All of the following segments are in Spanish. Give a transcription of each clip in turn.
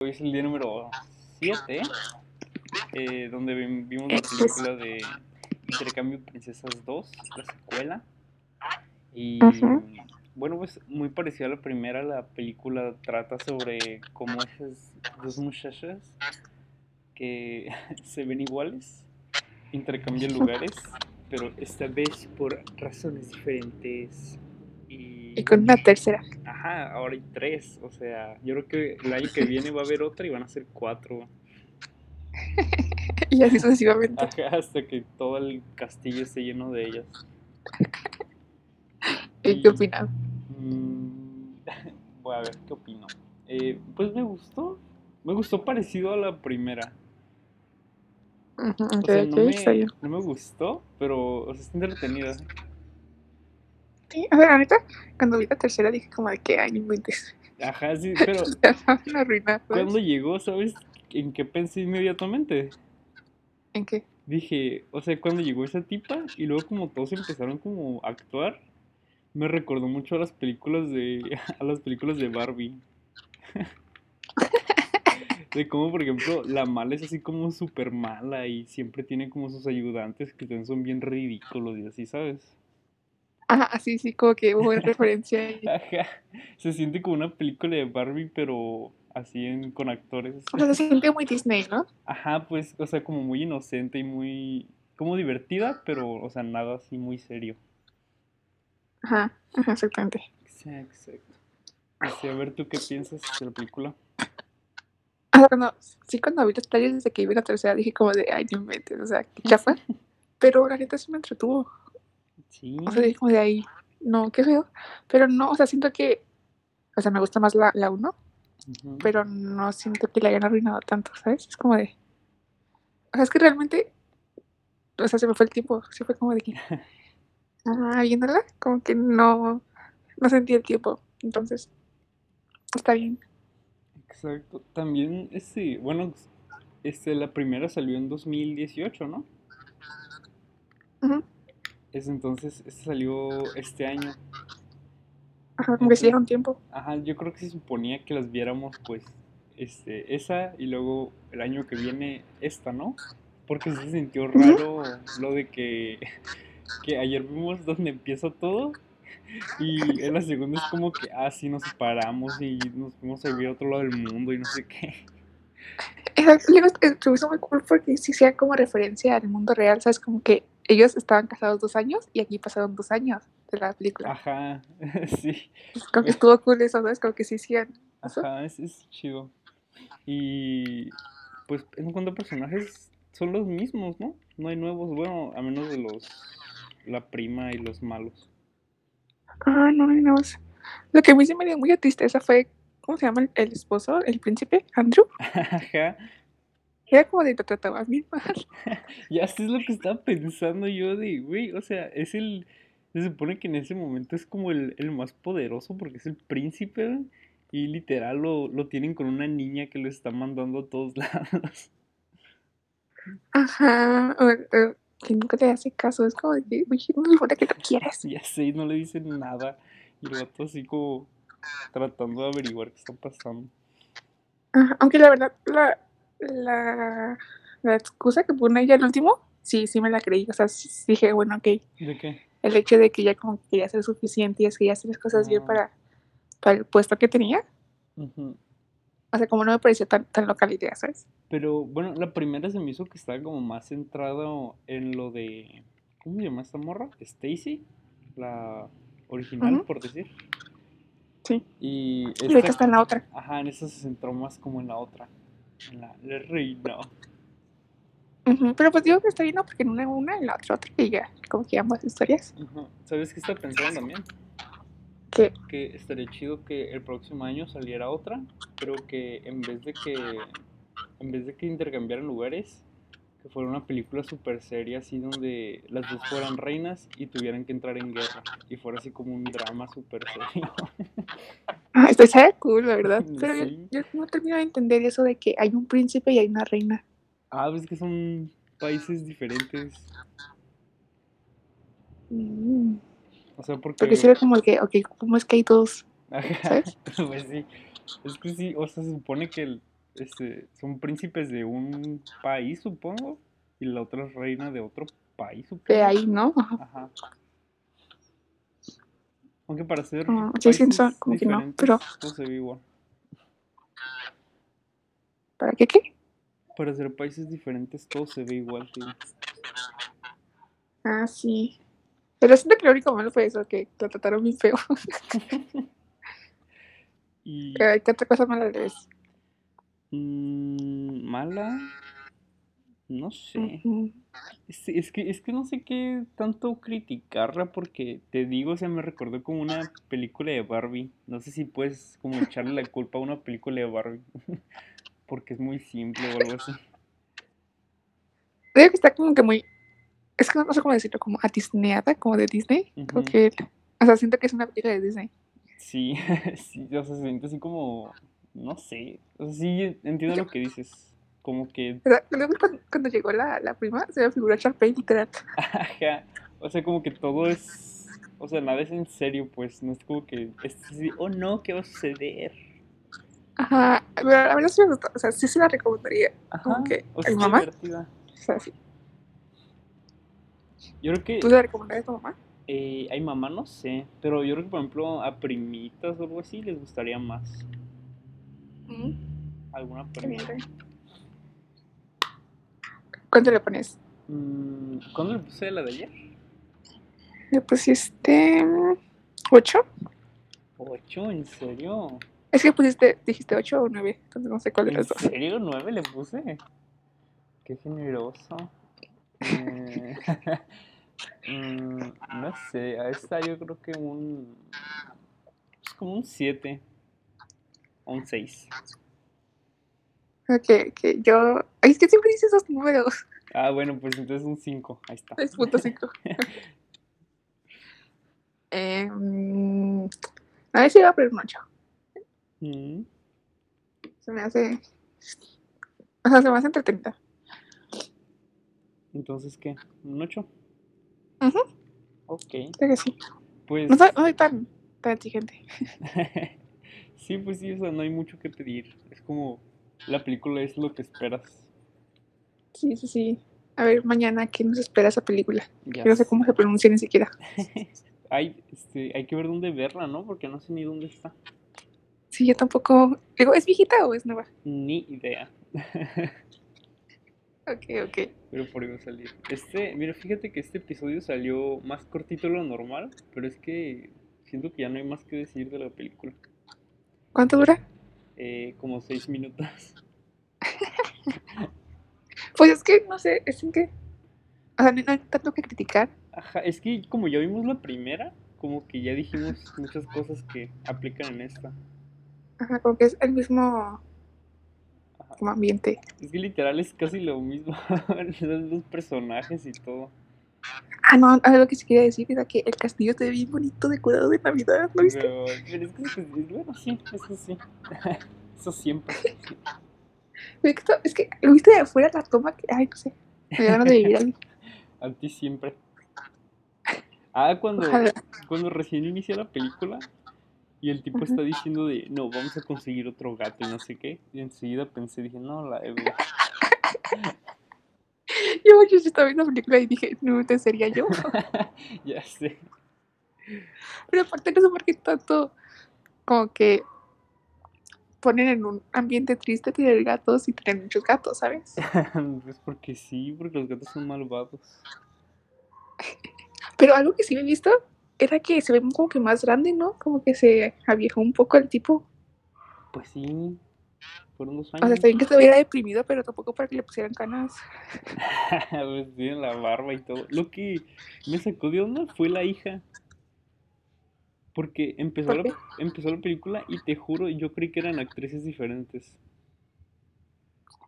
hoy es el día número 7, eh, donde vi- vimos la película de Intercambio Princesas 2, la secuela. Y Ujú. bueno, pues muy parecida a la primera, la película trata sobre cómo esas dos muchachas que se ven iguales intercambian lugares, pero esta vez por razones diferentes. Y, Y con una tercera. Ajá, ahora hay tres. O sea, yo creo que el año que viene va a haber otra y van a ser cuatro. Y así sucesivamente. Ajá, hasta que todo el castillo esté lleno de ellas. ¿Y qué opinas? Mm, Voy a ver qué opino. Eh, pues me gustó. Me gustó parecido a la primera. Ujú, O ok, sea, ok, no, me, está bien. no me gustó, pero o sea, está entretenida. Sí, o sea, la neta, cuando vi la tercera dije como de que, ay, no inventes. Ajá, sí, pero Ya saben arruinar. ¿sabes? cuando llegó, ¿sabes en qué pensé inmediatamente? ¿En qué? Dije, o sea, cuando llegó esa tipa y luego como todos empezaron como a actuar, me recordó mucho a las películas de a las películas de Barbie. De cómo, por ejemplo, la mala es así como súper mala y siempre tiene como sus ayudantes que también son bien ridículos y así, ¿sabes? Ah, sí, sí, como que hubo una referencia y... Ajá. Se siente como una película de Barbie, pero así en, con actores. O sea, se siente muy Disney, ¿no? Ajá, pues, o sea, como muy inocente y muy, como divertida, pero, o sea, nada así muy serio. Ajá, ajá, exactamente. Exacto, exacto. Así, a ver, ¿tú qué piensas de la película? O sea, cuando, sí, cuando vi los trailers desde que vi la tercera dije como de, ay, no inventes, o sea, qué chafa. Pero la neta sí me entretuvo. Sí. O sea, dije como de ahí, no, qué feo. Pero no, o sea, siento que, o sea, me gusta más la, la 1, ujú. pero no siento que la hayan arruinado tanto, ¿sabes? Es como de, o sea, es que realmente, o sea, se me fue el tiempo, se fue como de que, ah, viéndola, como que no, no sentí el tiempo. Entonces, está bien. Exacto. También, este, bueno, este, la primera salió en 2018, ¿no? Ujú. Es entonces, esta salió este año. Ajá, como que sí era un tiempo. Ajá, yo creo que se suponía que las viéramos, pues, este, esa y luego el año que viene esta, ¿no? Porque sí se sintió raro lo de que, que ayer vimos donde empieza todo y en la segunda es como que, ah, sí, nos separamos y nos fuimos a vivir a otro lado del mundo y no sé qué. Exacto, luego est- estuvo muy cool porque sí sea como referencia al mundo real, ¿sabes? Como que ellos estaban casados dos años y aquí pasaron dos años de la película. Ajá, sí, Es Como que estuvo cool eso, ¿sabes? Como que sí hacían. Ajá. ajá, es, es chido. Y, pues, en cuanto a personajes, son los mismos, ¿no? No hay nuevos, bueno, a menos de los, la prima y los malos. Ah, no, no, no. Lo que a mí sí me dio mucha tristeza fue, ¿cómo se llama el, el esposo? El príncipe, Andrew. Ajá, Era como de lo trataba bien mal. ya es lo que estaba pensando yo de, güey, o sea, es el, se supone que en ese momento es como el, el más poderoso porque es el príncipe ¿ve? y literal lo, lo tienen con una niña que lo está mandando a todos lados. Ajá. o- o que nunca le hace caso. Es como de que, oye, no le importa que lo quieres. Ya sé, y no le dicen nada y el vato así como tratando de averiguar qué está pasando. Ajá, Aunque la verdad, la, la, la excusa que pone ella al último, sí, sí me la creí. O sea, sí- sí dije, bueno, ok. ¿De qué? el hecho de que ya como que quería ser suficiente y es que ya hacer las cosas bien Ah. para, para el puesto que tenía. Ujú. O sea, como no me pareció tan, tan local idea, ¿sabes? Pero bueno, la primera se me hizo que estaba como más centrado en lo de, ¿cómo se llama esta morra? Stacy, la original, Ujú. por decir. Sí. Y Y ahorita esta- está en la otra. ajá, en esa se centró más como en la otra, en la, la reina. Ujú, Pero pues digo que está bien, ¿no? Porque en una, una, en la otra, otra, y ya, como que ambas historias. Ujú. ¿Sabes qué estaba pensando también? Que, Que estaría chido que el próximo año saliera otra, pero que en vez de que, en vez de que intercambiaran lugares, que fuera una película súper seria, así donde las dos fueran reinas y tuvieran que entrar en guerra, y fuera así como un drama súper serio. ah, esto está cool, la verdad. Pero yo- Sí. yo, no termino de entender eso de que hay un príncipe y hay una reina. Ah, ves que son países diferentes. Mm, O sea, porque... Porque si era como el que, ok, ¿cómo es que hay dos? Ajá, ¿Sabes? pues sí. Es que sí, o sea, se supone que el- este, son príncipes de un país, supongo, y la otra es reina de otro país, supongo. De ahí, ¿no? Ajá. Ajá. Aunque para ser Ah, sí, sí, países son como que no, diferentes, pero todo se ve igual. ¿para qué qué? Para ser países diferentes, todo se ve igual, tío. Ah, sí. Pero siento que lo único malo fue eso, que lo trataron bien feo. Y Ay, ¿Qué otra cosa mala le ves? mm, mala, no sé. Ujú. Es, es que, es que no sé qué tanto criticarla porque te digo, se me recordó como una película de Barbie. No sé si puedes como echarle la culpa a una película de Barbie porque es muy simple o algo así. Creo que está como que muy. Es que no, no sé cómo decirlo, como atisneada, como de Disney. Como Ujú. que. O sea, siento que es una película de Disney. Sí, sí, o sea, se siente así como, no sé, o sea, sí, entiendo lo que dices, como que, O sea, luego cuando, cuando llegó la, la prima, se me figuró Charpey literal. ajá, o sea, como que todo es, o sea, nada es en serio, pues, no es como que, es así, oh no, ¿qué va a suceder? Ajá. Pero la verdad sí me gustó. O sea, sí se la recomendaría. Ajá, Ok, o sea, es ¿el mamá? divertida. O sea, sí. Yo creo que ¿Tú la recomendarías a tu mamá? eh, hay mamá, no sé, pero yo creo que, por ejemplo, a primitas o algo así les gustaría más, Mm, alguna qué bien, primita. qué bien. ¿Cuánto le pones? Mm, ¿Cuándo le puse la de ayer? Le pusiste. mm, ¿Ocho? ¿Ocho? ¿En serio? Es que pusiste, dijiste ocho o nueve. Entonces no sé cuál de ¿En las dos. serio? ¿Nueve le puse? Qué generoso. Eh, mm, no sé, a esta yo creo que un... Es como un siete o un seis. Ok, ok. Yo. Ay, es que siempre dices esos números. Ah, bueno, pues entonces un cinco. Ahí está. 3.5. Eh, mm, a ver si iba a poner un 8. Mm, Se me hace. O sea, se me hace entretenida. Entonces, ¿qué? ¿Un ocho? Ujú. Ok, Creo que sí. pues... No soy, no soy tan, tan exigente. sí, pues sí, o sea, no hay mucho que pedir. Es como... La película es lo que esperas. Sí, sí, sí. A ver, mañana, ¿qué nos espera esa película? Ya. Que no sé cómo se pronuncia ni siquiera. Hay, este, hay que ver dónde verla, ¿no? Porque no sé ni dónde está. Sí, yo tampoco. Digo, ¿es viejita o es nueva? Ni idea. Ok, ok. Pero por ahí va a salir. Este, mira, fíjate que este episodio salió más cortito de lo normal, pero es que siento que ya no hay más que decir de la película. ¿Cuánto dura? Eh, como seis minutos. Pues es que no sé, es en que. O sea, no no hay tanto que criticar. Ajá, es que como ya vimos la primera, como que ya dijimos muchas cosas que aplican en esta. Ajá, como que es el mismo Ajá. como ambiente. Es que literal es casi lo mismo, los dos personajes y todo. Ah, no, algo que sí quería decir era que el castillo se ve bien bonito decorado de Navidad, ¿lo viste? Pero, pero es que, es- es- bueno, sí, eso sí. Eso siempre. Ve que está- Es que lo viste de afuera la toma que, ay, no sé, me dio ganas de vivir ahí. A ti siempre. Ah, cuando, Ojalá. cuando recién inicia la película y el tipo Ujú. está diciendo de, no, vamos a conseguir otro gato y no sé qué. Y enseguida pensé, dije, no, la Eve. Yo, yo sí estaba viendo la película y dije, no, te sería yo. ya sé. Pero aparte no sé por qué tanto como que ponen en un ambiente triste tener gatos y tener muchos gatos, ¿sabes? pues porque sí, porque los gatos son malvados. Pero algo que sí me he visto era que se ve como que más grande, ¿no? Como que se aviejó un poco el tipo. Pues sí, fueron dos O sea, años. está bien que se hubiera deprimido, pero tampoco para que le pusieran canas. pues tienen la barba y todo. Lo que me sacó de onda fue la hija. Porque empezó, ¿Por la, qué? empezó la película y te juro, yo creí que eran actrices diferentes.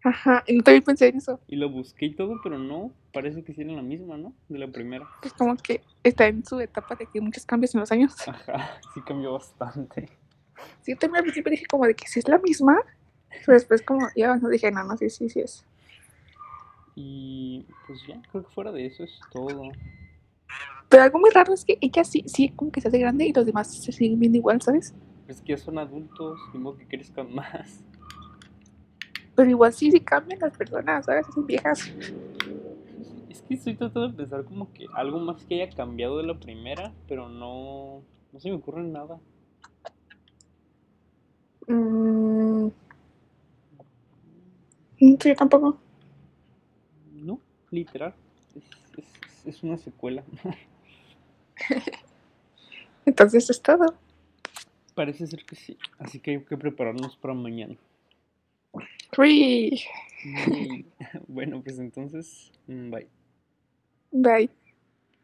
Ajá, y no también pensé en eso. Y lo busqué y todo, pero no, parece que sí era la misma, ¿no? De la primera. Pues como que está en su etapa de que hay muchos cambios en los años. Ajá, sí cambió bastante. Sí, yo también al principio dije como de que sí es la misma, pero después como ya no dije, no, no, sí, sí, sí es. Y pues ya, creo que fuera de eso es todo. Pero algo muy raro es que ella sí, sí, como que se hace grande y los demás se siguen viendo igual, ¿sabes? Es que ya son adultos, ni modo que crezcan más. Pero igual sí, sí cambian las personas, ¿sabes? Esas viejas. Es que estoy tratando de pensar como que algo más que haya cambiado de la primera, pero no, no se me ocurre nada. Mm. Sí, yo tampoco. No, literal. Es, es- es- es una secuela. Entonces eso es todo. Parece ser que sí. Así que hay que prepararnos para mañana. Uy. Y, bueno, pues entonces, mm, bye. Bye.